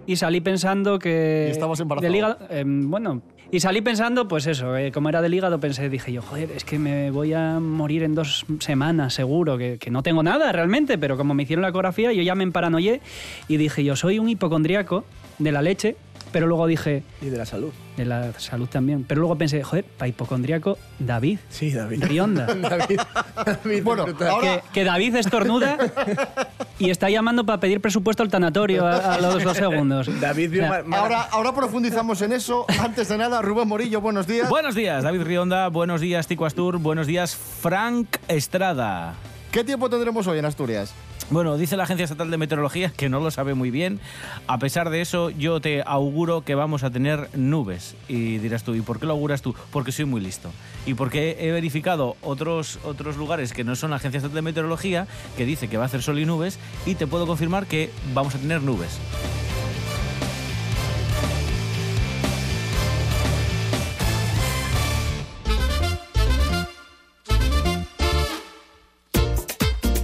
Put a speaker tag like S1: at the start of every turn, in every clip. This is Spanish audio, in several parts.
S1: y salí pensando que...
S2: Y estabas embarazado.
S1: Del hígado, eh, bueno, y salí pensando, pues eso, eh, como era del hígado, pensé, dije yo, joder, es que me voy a morir en dos semanas, seguro, que, que no tengo nada realmente, pero como me hicieron la ecografía, yo ya me emparanoié y dije, yo soy un hipocondriaco de la leche, pero luego dije,
S3: Y de la salud.
S1: de la salud también, pero luego pensé, joder, para hipocondriaco, David.
S3: Sí, David.
S1: Rionda.
S3: David, David
S2: Bueno,
S3: brutal.
S2: ahora-
S1: que, que David estornuda y está llamando para pedir presupuesto al tanatorio a, a los dos segundos.
S3: David vio
S1: O sea,
S3: mar- mar-
S2: Ahora, ahora profundizamos en eso. Antes de nada, Rubén Morillo, buenos días.
S4: Buenos días, David Rionda. Buenos días, Tico Astur. Buenos días, Frank Estrada.
S2: ¿Qué tiempo tendremos hoy en Asturias?
S4: Bueno, dice la Agencia Estatal de Meteorología que no lo sabe muy bien. A pesar de eso, yo te auguro que vamos a tener nubes. Y dirás tú, ¿y por qué lo auguras tú? Porque soy muy listo. Y porque he verificado otros, otros lugares que no son la Agencia Estatal de Meteorología, que dice que va a hacer sol y nubes, y te puedo confirmar que vamos a tener nubes.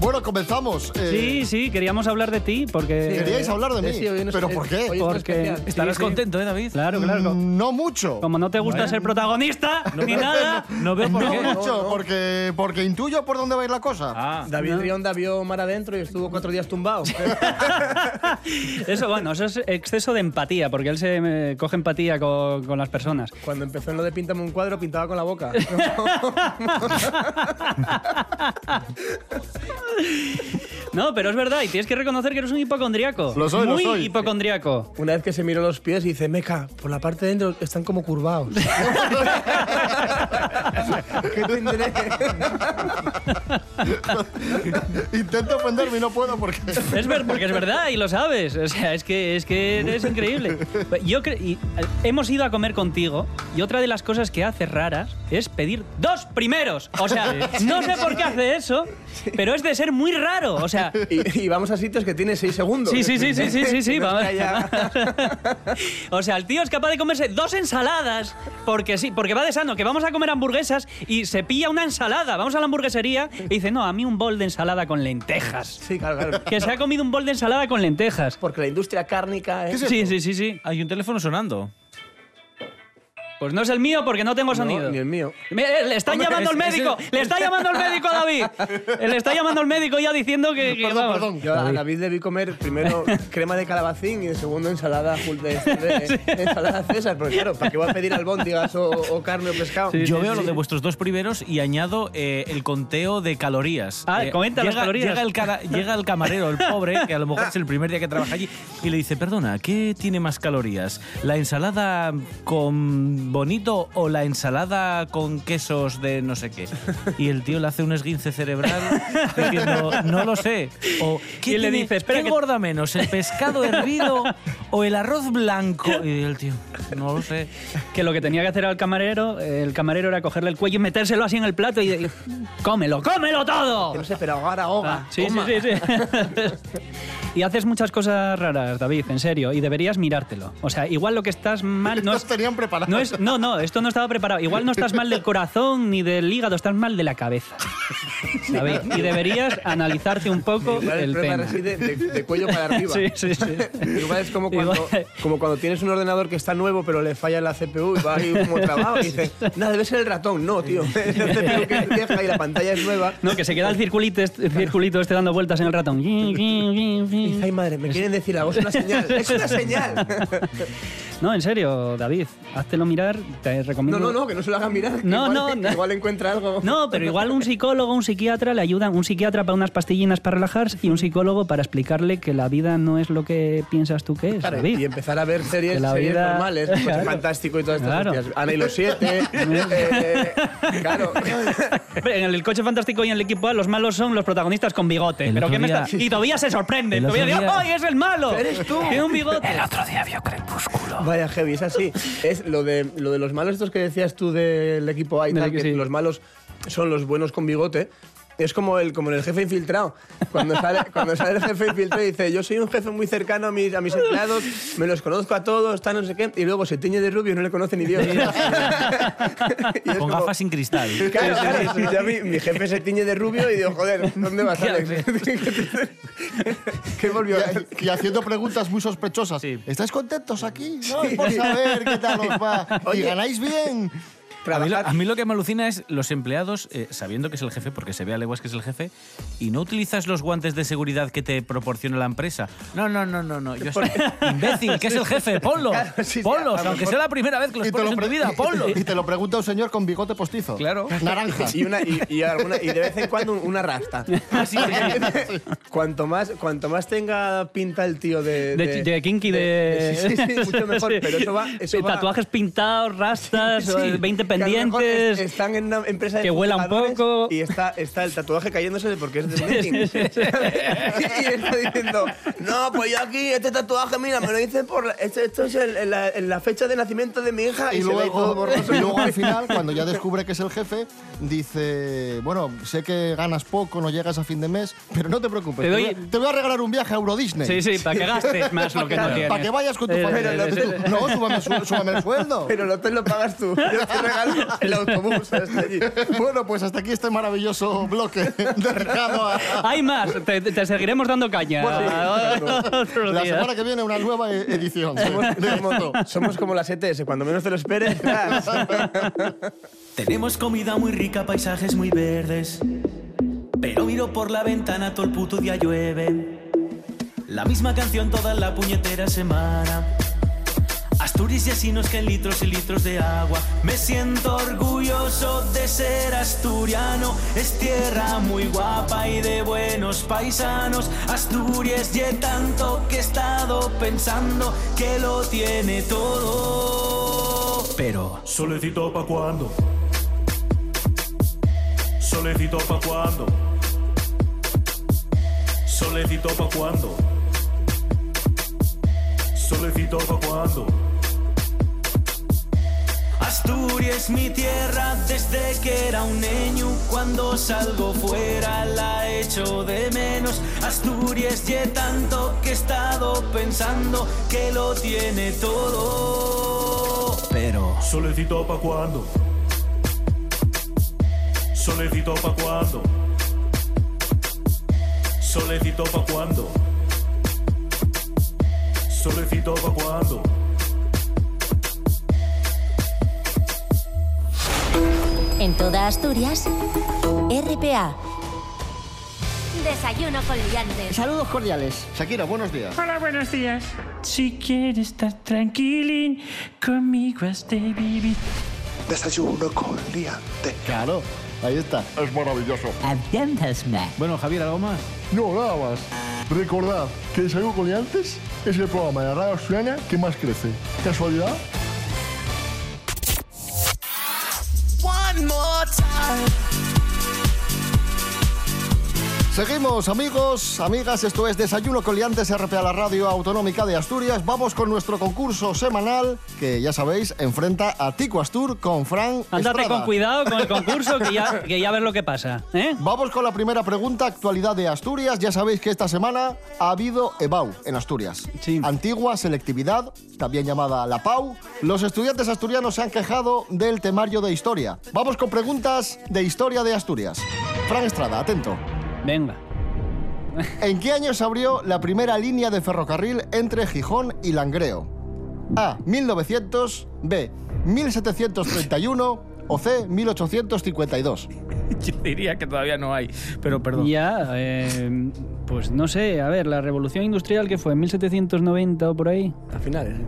S2: Bueno, comenzamos. Eh,
S1: Sí, sí, queríamos hablar de ti porque...
S2: Queríais hablar de mí,
S3: hoy no
S2: pero
S3: sé-
S2: ¿por qué? Mm,
S3: hoy es
S1: Porque
S3: especial.
S4: Estarás
S3: Sí, sí.
S4: contento, ¿eh, David?
S1: Claro, claro. co-
S2: No mucho.
S1: Como no te gusta ser protagonista ni nada,
S4: No veo por
S2: No
S4: qué.
S2: mucho, Porque, porque intuyo por dónde va a ir la cosa.
S4: Ah,
S3: David Rionda vio mar adentro y estuvo cuatro días tumbado.
S1: eso bueno, eso es exceso de empatía, porque él se eh, coge empatía con, con las personas.
S3: Cuando empezó en lo de píntame un cuadro, pintaba con la boca.
S1: No, pero es verdad, y tienes que reconocer que eres un hipocondriaco.
S2: Lo soy, lo
S1: Muy
S2: soy.
S1: hipocondriaco.
S3: Una vez que se miró los pies y dice, Meca, por la parte de dentro están como curvados. ¿Qué tendré?
S2: Intento ofenderme y no puedo porque.
S1: Es ver, porque es verdad y lo sabes. O sea, es que es, que es increíble. Yo cre- y, eh, hemos ido a comer contigo y otra de las cosas que hace raras es pedir dos primeros. O sea, no sé por qué hace eso, pero es de ser muy raro. O sea,
S3: Y, y vamos a sitios que tiene seis segundos.
S1: Sí, sí, sí, sí, sí, sí, sí.
S3: Que no
S1: vamos.
S3: está ya.
S1: o sea, el tío es capaz de comerse dos ensaladas porque sí, porque va de sano, que vamos a comer hamburguesas y se pilla una ensalada. Vamos a la hamburguesería y dice, no, a mí un bol de ensalada con lentejas.
S3: Sí, claro, claro.
S1: Que se ha comido un bol de ensalada con lentejas.
S3: Porque la industria cárnica es...
S1: Sí, sí, sí, sí.
S4: hay un teléfono sonando.
S1: Pues no es el mío porque no tengo sonido.
S3: ni el mío.
S1: Me- eh, Le están
S3: Hombre,
S1: llamando al
S3: es- es
S1: médico,
S3: el-
S1: le está llamando al médico a David. Eh, Le está llamando al médico ya diciendo que. que
S2: Perdón,
S1: vamos.
S2: perdón.
S3: Yo a David debí comer primero crema de calabacín y de segundo ensalada full de, de- ensalada César, porque claro, ¿para qué voy a pedir albóndigas o, o carne o pescado?
S4: Yo veo lo de vuestros dos primeros y añado eh, el conteo de calorías.
S1: Ah,
S4: Eh,
S1: comenta las
S4: llega,
S1: calorías.
S4: Llega el, cara- llega el camarero, el pobre, que a lo mejor es el primer día que trabaja allí, y le dice, perdona, ¿qué tiene más calorías? ¿La ensalada con bonito o la ensalada con quesos de no sé qué. Y el tío le hace un esguince cerebral diciendo, no lo sé. O,
S1: Y él le
S4: tiene-
S1: dice, "Espera
S4: ¿qué
S1: que-
S4: engorda menos, el pescado hervido o el arroz blanco? Y el tío, no lo sé.
S1: Que lo que tenía que hacer al camarero, eh, el camarero era cogerle el cuello y metérselo así en el plato y, y- cómelo, cómelo todo.
S3: No sé, pero ahora ahoga.
S1: Ah, sí,
S3: Toma.
S1: sí, sí, sí. y haces muchas cosas raras, David, en serio, y deberías mirártelo. O sea, igual lo que estás mal no
S2: Nos
S1: es,
S2: tenían preparados.
S1: no es- no, no, esto no estaba preparado. Igual no estás mal del corazón ni del hígado, estás mal de la cabeza. David, y deberías analizarte un poco
S3: Igual el
S1: el
S3: problema
S1: tema.
S3: reside de, de cuello para arriba.
S1: Sí, sí, sí.
S3: Igual es como cuando,
S1: Igual-
S3: como cuando tienes un ordenador que está nuevo pero le falla la CPU y va ahí como trabado y dices, nada, debe ser el ratón. No, tío, es la CPU que es vieja y la pantalla es nueva.
S1: No, que se queda el circulito, este, el circulito este dando vueltas en el ratón.
S3: Y dices, ay madre, me quieren decir algo, es una señal, es una señal.
S1: No, en serio, David, háztelo mirar, te recomiendo.
S3: No, no, no, que no se lo hagan mirar. que
S1: No,
S3: igual,
S1: no,
S3: que
S1: no.
S3: igual encuentra algo.
S1: No, pero igual un psicólogo, un psiquiatra le ayudan. Un psiquiatra para unas pastillinas para relajarse y un psicólogo para explicarle que la vida no es lo que piensas tú que es,
S3: Claro,
S1: David.
S3: y empezar a ver series,
S1: Que la
S3: series
S1: vida-
S3: normales, pues,
S1: Claro.
S3: fantástico y todas estas
S1: Claro.
S3: hostias. Ana y los siete. eh, claro.
S1: Hombre, En el coche fantástico y en el equipo A, los malos son los protagonistas con bigote.
S4: El
S1: Pero
S4: otro
S1: ¿qué me
S4: día-
S1: está- Y todavía se sorprende.
S4: El otro
S1: Todavía dice, "Oh,
S4: día-
S1: ¡ay, es el malo!
S3: ¡Eres tú!
S1: Tiene un bigote.
S3: Vaya heavy, es así. Es lo de, lo de los malos estos que decías tú del equipo A y
S1: Del
S3: tal,
S1: que
S3: que
S1: sí.
S3: los malos son los buenos con bigote. Es como el, como en el jefe infiltrado. Cuando sale, cuando sale el jefe infiltrado y dice, yo soy un jefe muy cercano a mis, a mis empleados, me los conozco a todos, tal, no sé qué, y luego se tiñe de rubio y no le conoce ni Dios. Y es
S4: Con
S3: como-
S4: gafas sin cristal.
S3: Claro, claro. Y ya mi, mi jefe se tiñe de rubio y digo, joder, ¿dónde vas, Alex? ¿Qué volvió? a hacer?
S2: Y, y haciendo preguntas muy sospechosas.
S4: Sí.
S2: ¿Estáis contentos aquí? No, es por saber qué tal os va. ¿Y
S3: Oye.
S2: ganáis bien?
S4: A mí, lo,
S3: Trabajar.
S4: a mí lo que me alucina es los empleados, eh, sabiendo que es el jefe, porque se ve a leguas que es el jefe, y no utilizas los guantes de seguridad que te proporciona la empresa. No, no, no, no, no. Yo soy imbécil, que es el jefe, ponlos,
S3: Claro, sí, sí,
S4: ponlos,
S3: a lo
S4: aunque
S3: mejor-
S4: sea la primera vez que los pones en tu
S2: pre-
S4: vida,
S2: y-
S4: ponlos.
S2: y te lo pregunta un señor con bigote postizo.
S4: Claro.
S2: Naranja.
S3: Y, una, y, y alguna- y de vez en cuando un- una rasta.
S4: Así que-
S3: Cuanto más, cuanto más tenga pinta el tío de...
S1: De, de kinky, de...
S3: Sí, sí, sí, mucho mejor,
S1: Eh, Sí.
S3: pero eso va... Eso
S1: De
S3: va-
S1: Tatuajes pintados, rastas,
S3: Sí, sí,
S1: 20
S3: que a lo mejor es-
S1: pendientes...
S3: están en una empresa de
S1: que huela un
S3: fumadores
S1: poco.
S3: Y está, está el tatuaje cayéndose de porque es de smoking. y está diciendo, no, pues yo aquí, este tatuaje, mira, me lo hice por... la- Esto, esto es el- en la, en la fecha de nacimiento de mi hija. Y,
S2: y
S3: se ve ahí
S2: luego,
S3: todo borroso.
S2: y luego al final, cuando ya descubre que es el jefe, dice, bueno, sé que ganas poco, no llegas a fin de mes, pero no te preocupes.
S1: Te doy-
S2: voy a- te voy a regalar un viaje a Euro Disney.
S1: Sí, sí, para que gastes más lo que no tienes.
S2: Para que vayas con tu
S1: Eh,
S2: familia.
S3: pero
S2: Tú, no, súbame, el su- súbame el sueldo.
S3: Pero el hotel lo pagas tú. Yo te regalo el autobús hasta allí.
S2: Bueno, pues hasta aquí este maravilloso bloque dedicado a...
S1: Hay más, te, te seguiremos dando caña. Otro
S2: La
S1: día.
S2: semana que viene una nueva e- edición. de- de Moto.
S3: Somos como las ETS, cuando menos te lo esperes. ¡zas!
S5: Tenemos comida muy rica, paisajes muy verdes. Pero miro por la ventana, todo el puto día llueve. La misma canción toda la puñetera semana. Asturias y así nos caen litros y litros de agua. Me siento orgulloso de ser asturiano. Es tierra muy guapa y de buenos paisanos. Asturias y he tanto que he estado pensando que lo tiene todo. Pero
S6: Solecito pa' cuando. Solecito pa' cuando. Solecito pa' cuando. Solecito pa' cuando.
S5: Asturias, mi tierra, desde que era un niño. Cuando salgo fuera la echo de menos. Asturias, y tanto que he estado pensando que lo tiene todo. Pero
S6: Solecito pa' cuando. Solecito pa' cuando. Solecito pa' cuando. Solecito pa' cuando.
S7: En toda Asturias, RPA.
S8: Desayuno con liantes.
S2: Saludos cordiales. Shakira, buenos días.
S9: Hola, buenos días. Si quieres estar tranquilín, conmigo has de vivir.
S10: Desayuno con liante.
S2: Claro, ahí está. Es maravilloso.
S4: bueno, Javier, ¿algo más?
S2: No, nada más. Recordad que Desayuno con Liantes es el programa de la radio asturiana que más crece. ¿Casualidad? Seguimos, amigos, amigas. Esto es Desayuno Coliantes RP a la Radio Autonómica de Asturias. Vamos con nuestro concurso semanal que, ya sabéis, enfrenta a Tico Astur con Fran.
S1: Ándate
S2: Estrada.
S1: con cuidado con el concurso que ya, que ya ves lo que pasa. ¿eh?
S2: Vamos con la primera pregunta, actualidad de Asturias. Ya sabéis que esta semana ha habido E EBAU en Asturias. Antigua selectividad, también llamada la PAU. Los estudiantes asturianos se han quejado del temario de historia. Vamos con preguntas de historia de Asturias. Fran Estrada, atento.
S1: Venga.
S2: ¿En qué año se abrió la primera línea de ferrocarril entre Gijón y Langreo? A. 1900, B. 1731 o C. 1852.
S4: Yo diría que todavía no hay, pero perdón.
S1: Ya, eh, pues no sé, a ver, la revolución industrial que fue en 1790 o por ahí.
S3: A finales.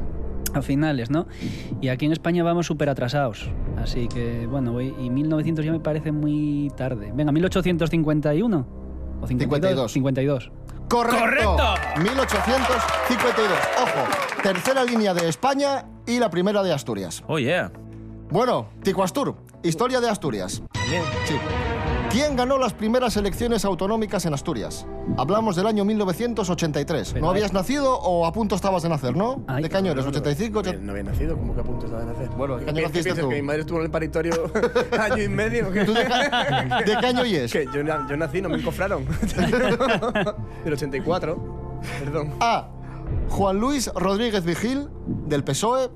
S1: A finales, ¿no? Y aquí en España vamos súper atrasados. Así que, bueno, voy. Y 1900 ya me parece muy tarde. Venga, 1851. O 52.
S2: 52.
S1: 52.
S2: ¡Correcto! 1852. Ojo, tercera línea de España y la primera de Asturias.
S4: Oh, yeah.
S2: Bueno, Tico Astur, historia de Asturias. Sí. ¿Quién ganó las primeras elecciones autonómicas en Asturias? Hablamos del año 1983.
S1: Pero
S2: ¿No
S1: hay-
S2: habías nacido o a punto estabas de nacer, no?
S1: Ay.
S2: ¿De qué año eres? ¿85?
S3: No, no había nacido, como que a punto estaba de nacer.
S2: Bueno, ¿qué año
S3: ¿Qué
S2: naciste
S3: piensas,
S2: tú?
S3: que mi madre estuvo en el paritorio año y medio? ¿Qué?
S2: ¿Tú de, ca- de qué año y es?
S3: Que yo, na- yo nací, no me encofraron. Del 84. Perdón.
S2: A. Juan Luis Rodríguez Vigil, del PSOE. E.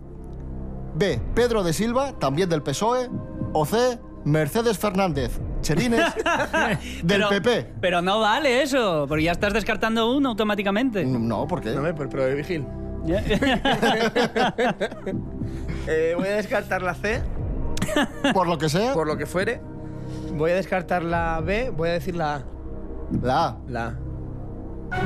S2: B. Pedro de Silva, también del PSOE. O C. Mercedes Fernández Chelines, del
S1: Pero-
S2: PP.
S1: Pero no vale eso, porque ya estás descartando uno automáticamente.
S2: No, ¿por qué?
S3: No me, pero, pero de vigil.
S1: Ya-
S3: Eh, voy a descartar la C,
S2: Por lo que sea,
S3: por lo que fuere. Voy a descartar la B, voy a decir la A.
S2: la A.
S3: La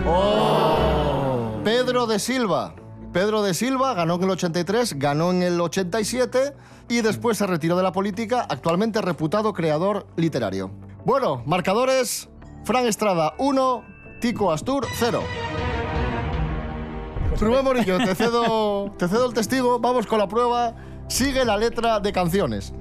S3: A.
S2: Pedro de Silva. Pedro de Silva ganó en el 83, ganó en el 87 y después se retiró de la política, actualmente reputado creador literario. Bueno, marcadores, Fran Estrada 1, Tico Astur 0. Rubén Morillo, te cedo, te cedo el testigo, vamos con la prueba, sigue la letra de canciones.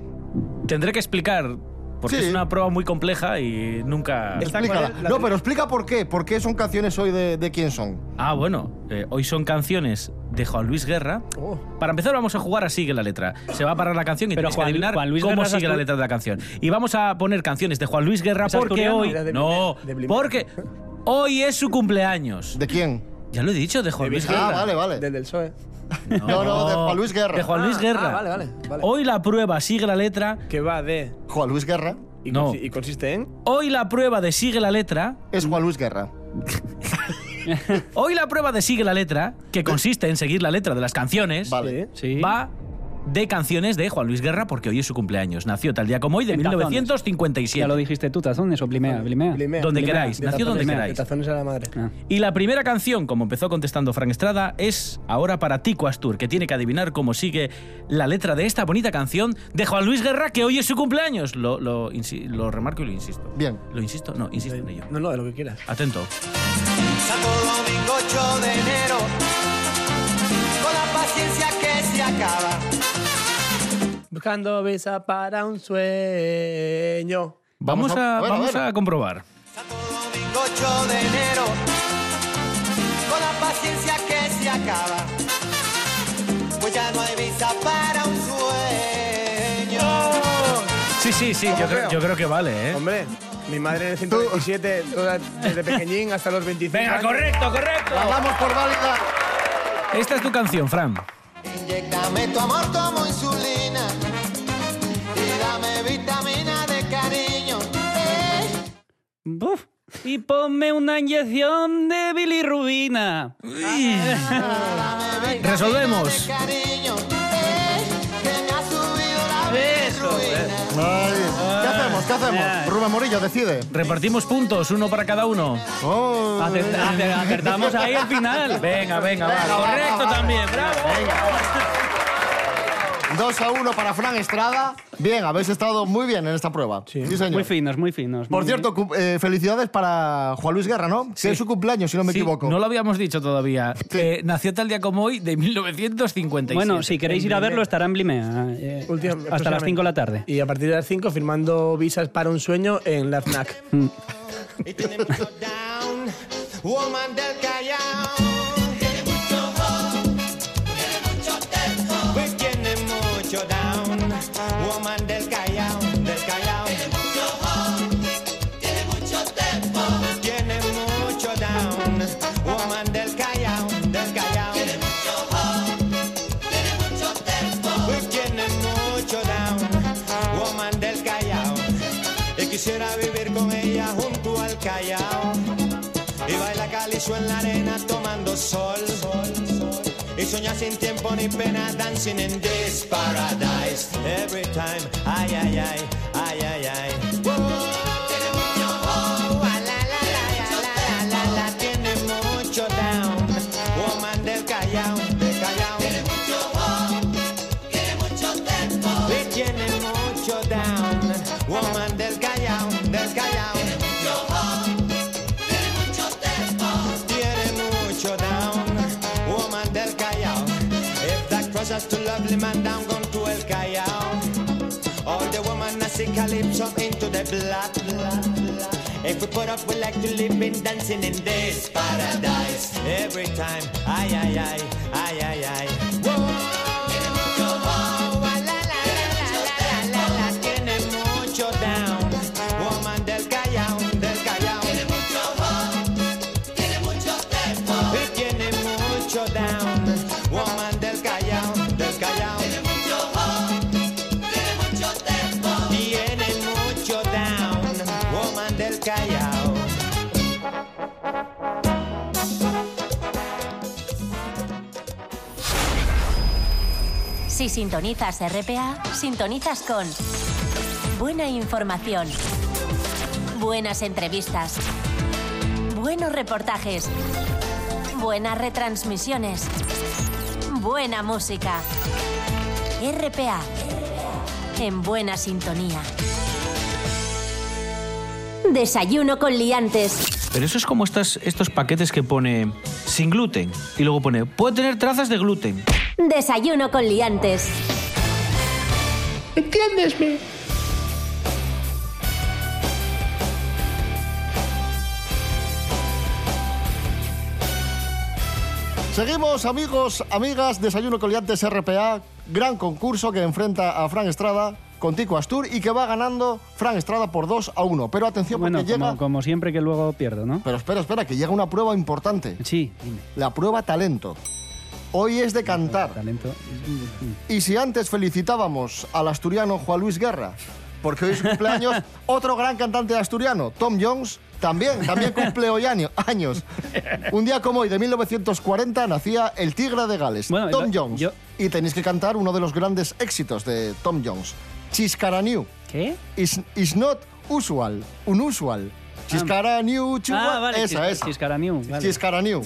S4: Tendré que explicar, porque
S2: Sí.
S4: es una prueba muy compleja y nunca...
S2: Explícala. No, pero explica por qué, por qué son canciones hoy de, de quién son.
S4: Ah, bueno, eh, hoy son canciones de Juan Luis Guerra.
S3: Oh.
S4: Para empezar vamos a jugar a Sigue la letra. Se va a parar la canción y
S1: Pero
S4: tenéis
S1: Juan-
S4: que adivinar
S1: Juan Luis
S4: cómo
S1: Guerra es
S4: sigue la
S1: astur-
S4: letra de la canción. Y vamos a poner canciones de Juan Luis Guerra
S1: ¿Es
S4: porque
S1: asturiano?
S4: hoy...
S3: Era de
S4: No,
S3: Blimer- de Blimer.
S4: porque hoy es su cumpleaños.
S2: ¿De quién?
S4: Ya lo he dicho, de Juan Luis
S2: Ah,
S4: Guerra.
S2: vale, vale.
S3: Del del PSOE.
S2: No, no, de Juan Luis Guerra.
S4: De Juan Luis Guerra.
S3: E. ah, vale, vale, vale.
S4: Hoy la prueba Sigue la letra.
S3: Que va de.
S2: Juan Luis Guerra
S3: Y,
S4: No.
S3: consi- y consiste en.
S4: Hoy la prueba de Sigue la letra.
S2: es Juan Luis Guerra.
S4: Hoy la prueba de Sigue la letra, que consiste en seguir la letra de las canciones,
S2: Vale.
S1: sí.
S4: va de canciones de Juan Luis Guerra porque hoy es su cumpleaños. Nació tal día como hoy de
S1: En tazones. Ya lo
S4: 1957.
S1: dijiste tú, tazones o blimea, blimea.
S3: Blimea.
S4: Donde
S3: Blimea.
S4: queráis,
S3: De
S4: nació donde
S3: tazones-
S4: queráis.
S3: De tazones a la madre.
S1: Ah.
S4: Y la primera canción, como empezó contestando Frank Estrada, es ahora para Tico Astur, que tiene que adivinar cómo sigue la letra de esta bonita canción de Juan Luis Guerra, que hoy es su cumpleaños. Lo, lo, insi- lo remarco y lo insisto.
S2: Bien.
S4: ¿Lo insisto? No, insisto en ello.
S3: No, no, de lo que quieras.
S4: Atento.
S11: Santo Domingo 8 de enero, con la paciencia que se acaba.
S3: Buscando visa para un sueño.
S4: Vamos,
S2: Vamos
S4: a,
S2: a- bueno,
S4: vamos
S2: bueno.
S4: a comprobar.
S11: Santo Domingo 8 de enero, con la paciencia que se acaba. Pues ya no hay visa para un sueño.
S4: Sí, sí, sí, yo creo, yo creo que vale, ¿eh?
S3: Hombre, mi madre en el 127, toda- desde pequeñín hasta los 25.
S4: Venga,
S3: años.
S4: correcto, correcto.
S2: La damos por válida.
S4: Esta es tu canción, Fran.
S11: Inyectame tu amor como insulina y dame vitamina de cariño. eh.
S1: Buf. Y ponme una inyección de bilirrubina.
S4: Resolvemos.
S11: cariño eh, que me ha subido la bilirrubina.
S2: Ay, ¿Qué hacemos? ¿Qué
S1: Ay.
S2: hacemos? Rubén Morillo decide.
S4: Repartimos puntos, uno para cada uno.
S2: Oh.
S1: Acer- acer- acertamos ahí al final.
S4: Venga, venga, va.
S2: va,
S4: Correcto
S2: va, va.
S4: también, bravo.
S2: 2 a 1 para Fran Estrada. Bien, habéis estado muy bien en esta prueba. Sí, señor.
S1: Muy finos, muy finos.
S2: Por
S1: muy-
S2: cierto, cu- eh, felicidades para Juan Luis Guerra, ¿no? Que es su cumpleaños, si no me
S4: Sí,
S2: equivoco.
S4: No lo habíamos dicho todavía. Eh, nació tal día como hoy de 1957.
S1: Bueno, si queréis ir a verlo, estará en Blimea. eh, hasta las 5 de la tarde.
S3: Y a partir de las 5 firmando visas para un sueño en la FNAC.
S4: Mm.
S11: Woman del Callao. Tiene mucho hot, tiene mucho tempo. Pues tiene mucho down. Woman del Callao, del Callao. Tiene mucho hot, tiene mucho tempo. Tiene mucho down. Woman del Callao, del Callao. Tiene mucho hot, tiene mucho tempo. Pues tiene mucho down. Woman del Callao. Y quisiera vivir con ella junto al Callao. Y baila calizo en la arena tomando sol. Y soña sin tiempo ni pena dancing in this paradise. Every time, ay, ay, ay, ay, ay, ay. Whoa, ah, la, la, la, la, la, la, la. Tiene mucho down, woman del Callao, del Callao. Tiene mucho tiene mucho tempo. Y tiene mucho down, woman del Callao, del Callao. Tiene mucho mucho tempo. Tiene mucho down, woman del Callao. If that crosses to lovely man down, gone to el Callao. All the woman I see calypso into the black. If we put up, we like to live in dancing in this paradise. Every time, ay, ay, ay, ay, ay, ay. Whoa, ah, la, la, la, la, la, la, la. Tiene mucho down, woman del Callao, del Callao. Tiene mucho tiene mucho tempo. Y tiene mucho down. Woman del Callao, del Callao. Tiene mucho tiene mucho tempo. Tiene mucho down. Woman del Callao.
S7: Si sintonizas RPA, sintonizas con buena información, buenas entrevistas, buenos reportajes, buenas retransmisiones, buena música. RPA, en buena sintonía. Desayuno con liantes.
S4: Pero eso es como estas, estos paquetes que pone sin gluten. Y luego pone, puede tener trazas de gluten.
S7: Desayuno con liantes.
S11: Entiéndesme.
S2: Seguimos, amigos, amigas, Desayuno Coliantes RPA, gran concurso que enfrenta a Fran Estrada con Tico Astur y que va ganando Fran Estrada por 2 a 1. Pero atención porque
S1: Bueno,
S2: llega...
S1: como, como siempre que luego pierdo, ¿no?
S2: Pero espera, espera, que llega una prueba importante.
S1: Sí,
S2: La prueba talento. Hoy es de cantar.
S1: Talento.
S2: Y si antes felicitábamos al asturiano Juan Luis Guerra, porque hoy es su cumpleaños, otro gran cantante asturiano, Tom Jones, también, también cumple hoy año- años. Un día como hoy, de 1940, nacía El Tigre de Gales, Tom Jones. Y tenéis que cantar uno de los grandes éxitos de Tom Jones, Chiscara New.
S1: ¿Qué?
S2: Is, is not usual, unusual. Chiscara New, chua-
S1: Ah, vale.
S2: esa es.
S1: Chiscara New. vale.
S2: Chiscara New.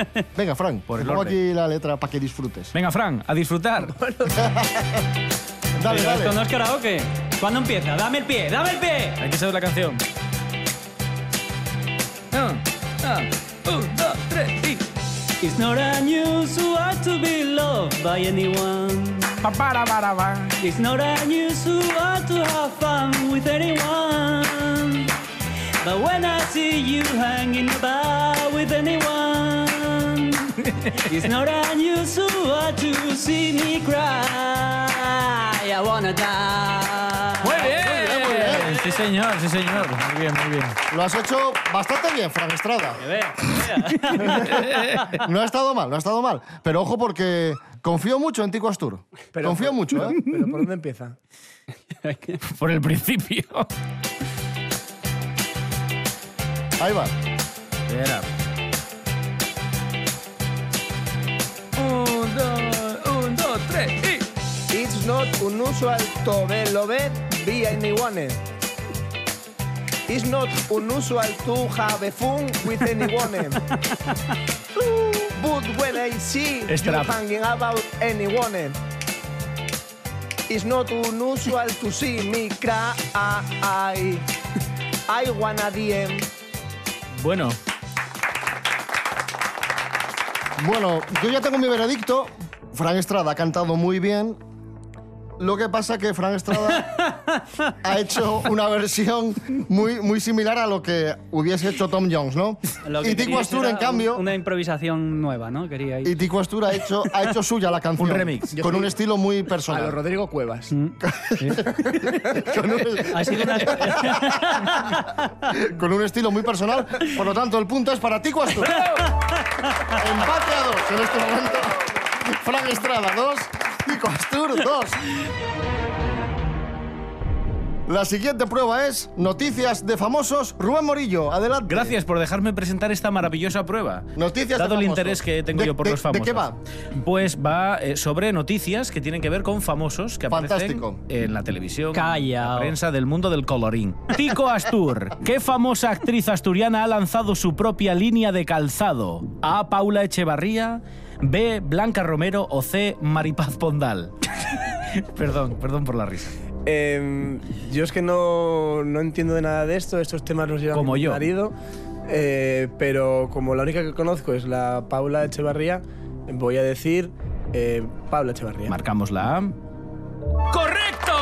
S2: Venga, Frank,
S4: Por
S2: te
S4: el
S2: pongo
S4: orden.
S2: aquí la letra para que disfrutes. Pues
S4: Venga, Fran, a disfrutar.
S2: Dale,
S1: Pero
S2: dale.
S1: Esto no es karaoke. ¿Cuándo empieza? ¡Dame el pie! ¡Dame el pie!
S4: Hay que saber la canción.
S1: Ah. Un, dos, tres, y... It's not unusual to be loved by anyone. It's not unusual to have fun with anyone. But when I see you hanging about with anyone, it's not unusual to see me cry. I wanna die.
S4: Muy bien, muy bien. Sí, señor, sí, señor. Muy bien, muy bien.
S2: Lo has hecho bastante bien, Fran Estrada.
S4: Eh,
S2: No ha estado mal, no ha estado mal. Pero ojo porque confío mucho en Tico Astur. confío mucho, ¿eh?
S3: ¿Pero por dónde empieza?
S4: Por el principio.
S2: Ahí va.
S4: Espera.
S3: Un, dos, un, dos, tres, y... It's not unusual to be loved by anyone. It's not unusual to have fun with anyone. But when I see
S4: Strap.
S3: you hanging about anyone,
S12: It's not unusual to see me cry. I wanna DM.
S4: Bueno,
S2: Bueno, yo ya tengo mi veredicto. Fran Estrada ha cantado muy bien. Lo que pasa que Fran Estrada ha hecho una versión muy, muy similar a lo que hubiese hecho Tom Jones, ¿no?
S1: Lo que
S2: Y Tico
S1: queríais
S2: Astura, en
S1: era
S2: cambio,
S1: un- Una improvisación nueva, ¿no? Quería
S2: y Tico Astura ha hecho, ha hecho suya la canción.
S1: Un remix. Yo
S2: Con
S1: soy-
S2: un estilo muy personal.
S1: a lo
S3: Rodrigo Cuevas.
S2: Mm. con, un,
S1: Ha sido una-
S2: con un estilo muy personal. Por lo tanto, el punto es para Tico Astura. Empate a dos en este momento. Fran Estrada, dos. Tico Astur, dos. La siguiente prueba es Noticias de Famosos. Rubén Morillo, adelante.
S4: Gracias por dejarme presentar esta maravillosa prueba.
S2: Noticias de
S4: Dado el
S2: famosos.
S4: interés que tengo
S2: ¿De-
S4: yo por
S2: de-
S4: los
S2: de
S4: famosos.
S2: qué va?
S4: Pues va eh, sobre noticias que tienen que ver con famosos que
S2: Fantástico.
S4: aparecen en la televisión, en
S1: Callao.
S4: la prensa del mundo del colorín. Tico Astur. ¿Qué famosa actriz asturiana ha lanzado su propia línea de calzado? A. Paula Echevarría, B. Blanca Romero o C. Maripaz Pondal. perdón, perdón por la risa.
S3: Eh, yo es que no, no entiendo de nada de esto, estos temas los lleva
S4: Como
S3: mi
S4: yo.
S3: marido, eh, pero como la única que conozco es la Paula Echevarría, voy a decir eh, Paula Echevarría.
S4: Marcamos la A. ¡Correcto!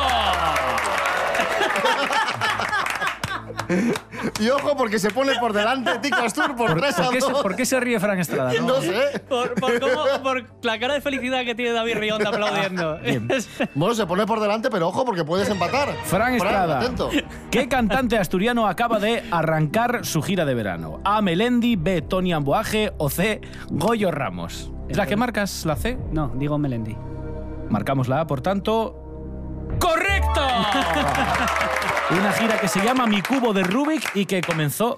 S2: Y ojo, porque se pone por delante Tico Astur por
S4: ¿Por,
S2: 3 a
S4: por qué, se-
S2: 2.
S4: por qué se ríe Fran Estrada? No.
S2: No sé.
S1: Por, por cómo- por la cara de felicidad que tiene David Rionda aplaudiendo.
S4: Bien.
S2: Bueno, se pone por delante, pero ojo, porque puedes empatar.
S4: Fran Estrada.
S2: atento.
S4: ¿Qué cantante asturiano acaba de arrancar su gira de verano? A. Melendi, B. Tony Amboaje o C. Goyo Ramos. ¿Es la que marcas la C?
S1: No, digo Melendi.
S4: Marcamos la A, por tanto. ¡Correcto! Una gira que se llama Mi Cubo de Rubik y que comenzó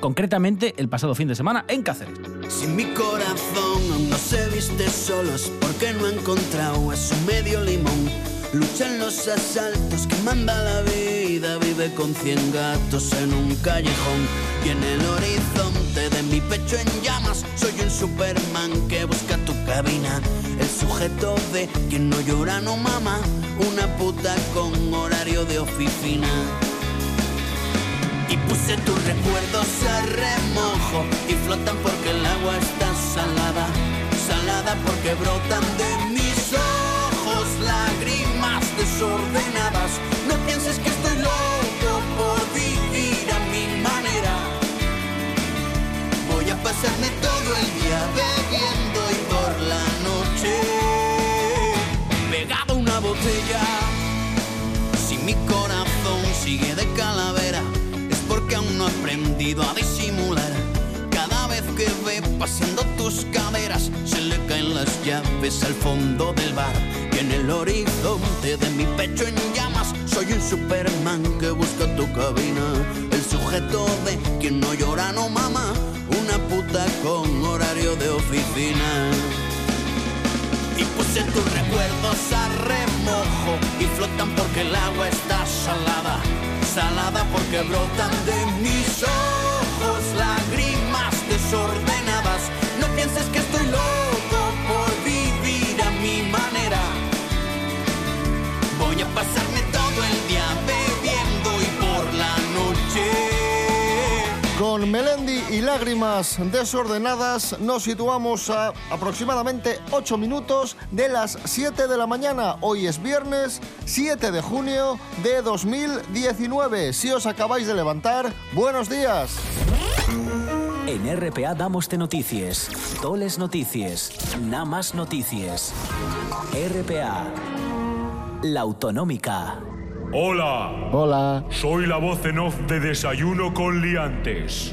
S4: concretamente el pasado fin de semana en Cáceres.
S13: Si mi corazón aún no se viste solos, porque no ha encontrado a su medio limón. Luchan los asaltos que manda la vida, vive con cien gatos en un callejón. Y en el horizonte de mi pecho en llamas, soy un Superman que busca tu cabina. El sujeto de quien no llora no mama, una puta con horario de oficina. Y puse tus recuerdos a remojo y flotan porque el agua está salada, salada porque brotan de mis ojos lágrimas desordenadas. No pienses que estoy loco por vivir a mi manera. Voy a pasarme todo el día bebiendo y por la noche pegado a una botella. Si mi corazón sigue de calavera es porque aún no he aprendido a disimular. Cada vez que ve pasando tus caderas, se le caen las llaves al fondo del bar. Y en el horizonte de mi pecho en llamas, soy un Superman que busca tu cabina. El sujeto de quien no llora no mama, una puta con horario de oficina y puse tus recuerdos a remojo y flotan porque el agua está salada, salada porque brotan de mis ojos lágrimas desordenadas. No pienses que estoy loco por vivir a mi manera. Voy a pasarme todo el día bebiendo y por la noche
S2: Con Melendi y lágrimas desordenadas nos situamos a aproximadamente 8 minutos de las 7 de la mañana. Hoy es viernes 7 de junio de 2019. Si os acabáis de levantar, buenos días.
S5: En RPA damos de noticias, toles noticias, nada más noticias. RPA, la autonómica.
S6: Hola,
S2: Hola.
S6: soy la voz en off de Desayuno con Liantes.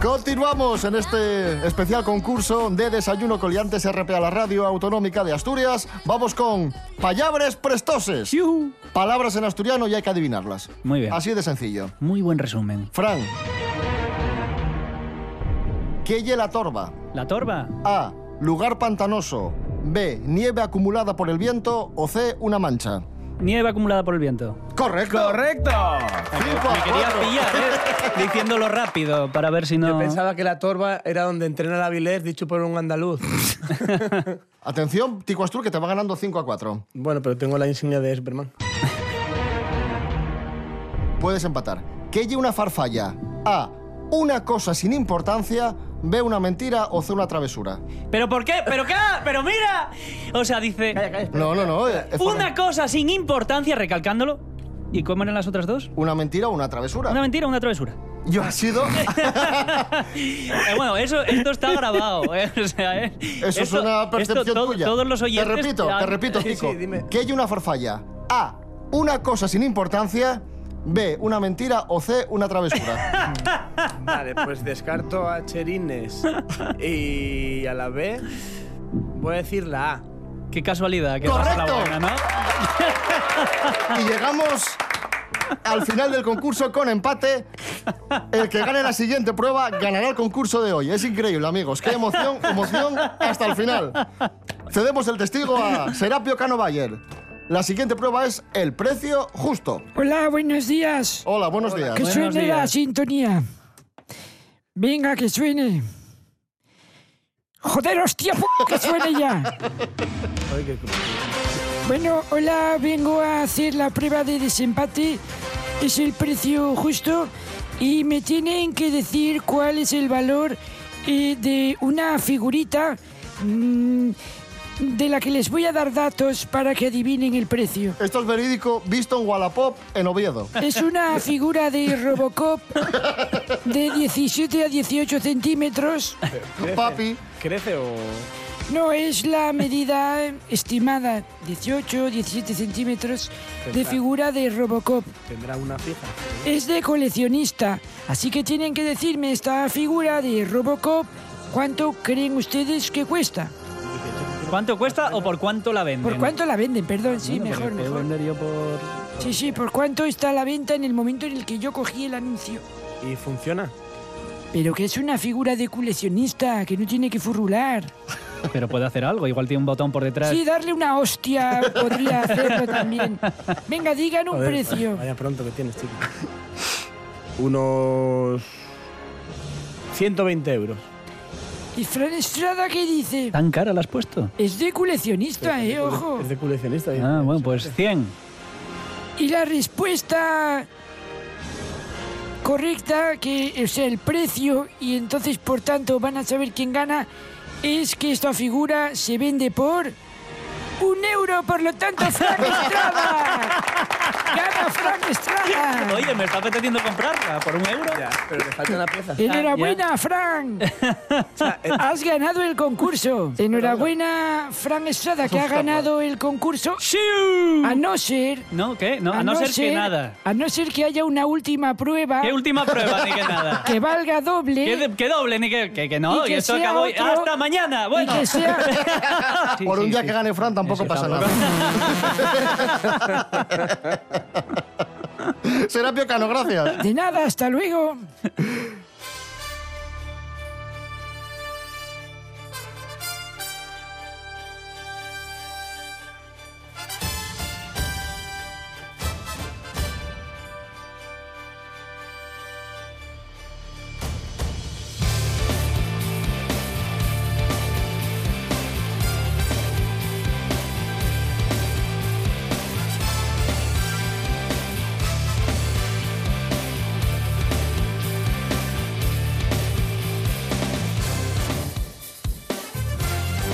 S2: Continuamos en este especial concurso de desayuno coliantes RP a la radio autonómica de Asturias. Vamos con palabras prestoses. Palabras en asturiano y hay que adivinarlas.
S1: Muy bien.
S2: Así de sencillo.
S1: Muy buen resumen.
S2: Fran. ¿Qué ye la torba?
S1: La torba.
S2: A. Lugar pantanoso. B. Nieve acumulada por el viento. O C. Una mancha.
S1: Nieve acumulada por el viento.
S2: Correcto.
S4: Correcto.
S2: Me
S4: querías pillar,
S1: ¿eh? Diciéndolo rápido para ver si no.
S3: Yo pensaba que la torba era donde entrena la vilez, dicho por un andaluz.
S2: Atención, Tico Astur, que te va ganando 5 a 4.
S3: Bueno, pero tengo la insignia de Superman.
S2: Puedes empatar. ¿Qué ye una farfalla? A. Una cosa sin importancia. B. Una mentira. O C. Una travesura.
S9: ¿Pero por qué? ¿Pero qué? ¡Pero mira! O sea, dice.
S2: No, no, no. eh, es
S9: Una cosa sin importancia, recalcándolo. ¿Y cómo eran las otras dos?
S2: Una mentira o una travesura.
S9: Una mentira, una travesura.
S2: Yo ha sido.
S9: Eh, bueno, eso, esto está grabado. eh, o sea, eh,
S2: Eso es
S9: esto-
S2: una percepción
S9: esto todo-
S2: tuya.
S9: Todos los oyentes.
S2: Te repito, te repito, Tico. ¿Qué hay una farfalla? A. Una cosa sin importancia. B. Una mentira. O C. Una travesura.
S3: Vale, pues descarto a Cherines y a la B. Voy a decir la A.
S1: Qué casualidad. Que
S2: ¡Correcto!
S1: vas a la buena, ¿no?
S2: y llegamos al final del concurso con empate. El que gane la siguiente prueba ganará el concurso de hoy. Es increíble, amigos. Qué emoción, emoción hasta el final. Cedemos el testigo a Serapio Cano Bayer. La siguiente prueba es el precio justo.
S14: Hola, buenos días.
S2: Hola, buenos días.
S14: Que suene la sintonía. Venga, que suene. Joder, hostia, p- que suene ya. Bueno, hola, vengo a hacer la prueba de desempate. Es el precio justo y me tienen que decir cuál es el valor eh, de una figurita mm, de la que les voy a dar datos para que adivinen el precio.
S2: Esto es verídico, visto en Wallapop en Oviedo.
S14: Es una figura de Robocop de 17 a 18 centímetros.
S2: Papi.
S3: ¿Crece o.?
S14: No es la medida estimada, 18 17 centímetros de figura de Robocop.
S3: Tendrá una fija.
S14: Es de coleccionista, así que tienen que decirme esta figura de Robocop, ¿cuánto creen ustedes que cuesta?
S1: ¿Cuánto cuesta o por cuánto la venden?
S14: ¿Por cuánto la venden? Perdón, sí,
S1: Bueno, porque
S14: mejor,
S1: puedo
S14: mejor.
S1: vender yo por...
S14: Sí, sí, ¿por cuánto está a la venta en el momento en el que yo cogí el anuncio?
S3: ¿Y funciona?
S14: Pero que es una figura de coleccionista, que no tiene que furrular.
S1: Pero puede hacer algo. Igual tiene un botón por detrás.
S14: Sí, darle una hostia podría hacerlo también. Venga, digan un precio.
S3: Vaya pronto que tienes, chico. Unos. 120 euros.
S14: ¿Y Fran Estrada qué dice?
S1: ¿Tan cara la has puesto?
S14: Es de coleccionista, eh, ojo.
S3: Es de coleccionista. dice.
S1: Ah, bueno, pues 100.
S14: Y la respuesta correcta, que o sea, el precio, y entonces por tanto van a saber quién gana, es que esta figura se vende por un euro, por lo tanto, Frank Estrada. Gana Frank Estrada.
S1: Oye, me está apeteciendo comprarla por un euro.
S3: pero le falta una pieza.
S14: Enhorabuena, Fran.
S1: eh.
S14: Has ganado el concurso. Enhorabuena, Fran Estrada, que ha ganado el concurso. A no ser.
S1: No, ¿qué?
S14: Ah,
S1: No, a no ser que nada.
S14: A no ser que haya una última prueba.
S1: ¿Qué última prueba ni que nada?
S14: Que valga doble.
S1: ¿Qué, de- qué doble ni que, que, que no?
S14: Y
S1: Y,
S14: que
S1: esto
S14: sea
S1: acabó.
S14: otro-
S1: ¡Hasta mañana! Bueno.
S14: Y que
S1: sea...
S2: Por un día que gane Fran tampoco pasa nada. Serapio Cano, gracias.
S14: De nada, hasta luego.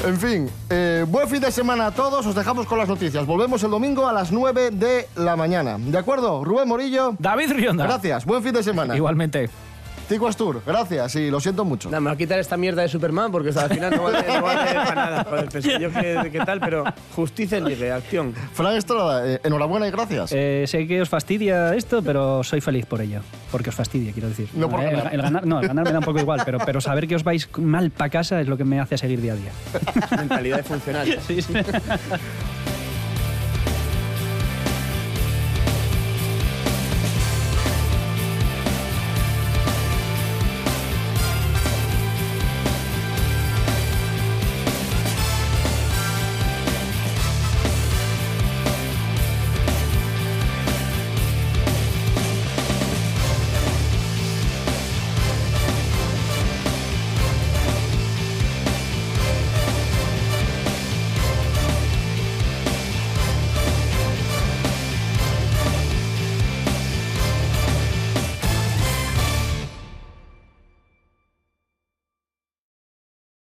S2: En fin, eh, buen fin de semana a todos. Os dejamos con las noticias. Volvemos el domingo a las 9 de la mañana. ¿De acuerdo? Rubén Morillo.
S9: David Rionda.
S2: Gracias. Buen fin de semana.
S9: Igualmente.
S2: Tico Astur, gracias y lo siento mucho.
S3: Nada, me va a quitar esta mierda de Superman porque hasta al final no vale, no vale para nada. Ah, Joder, pensé yo que, que tal, pero justicia en ligue, acción.
S2: Fran Estrada, eh, enhorabuena y gracias.
S1: Eh, sé que os fastidia esto, pero soy feliz por ello. Porque os fastidia, quiero decir. Eh,
S2: No por
S1: el,
S2: ganar.
S1: el ganar. No, el ganar me da un poco igual, pero, pero saber que os vais mal para casa es lo que me hace seguir día a día.
S3: Mentalidad de funcional.
S1: Sí, sí.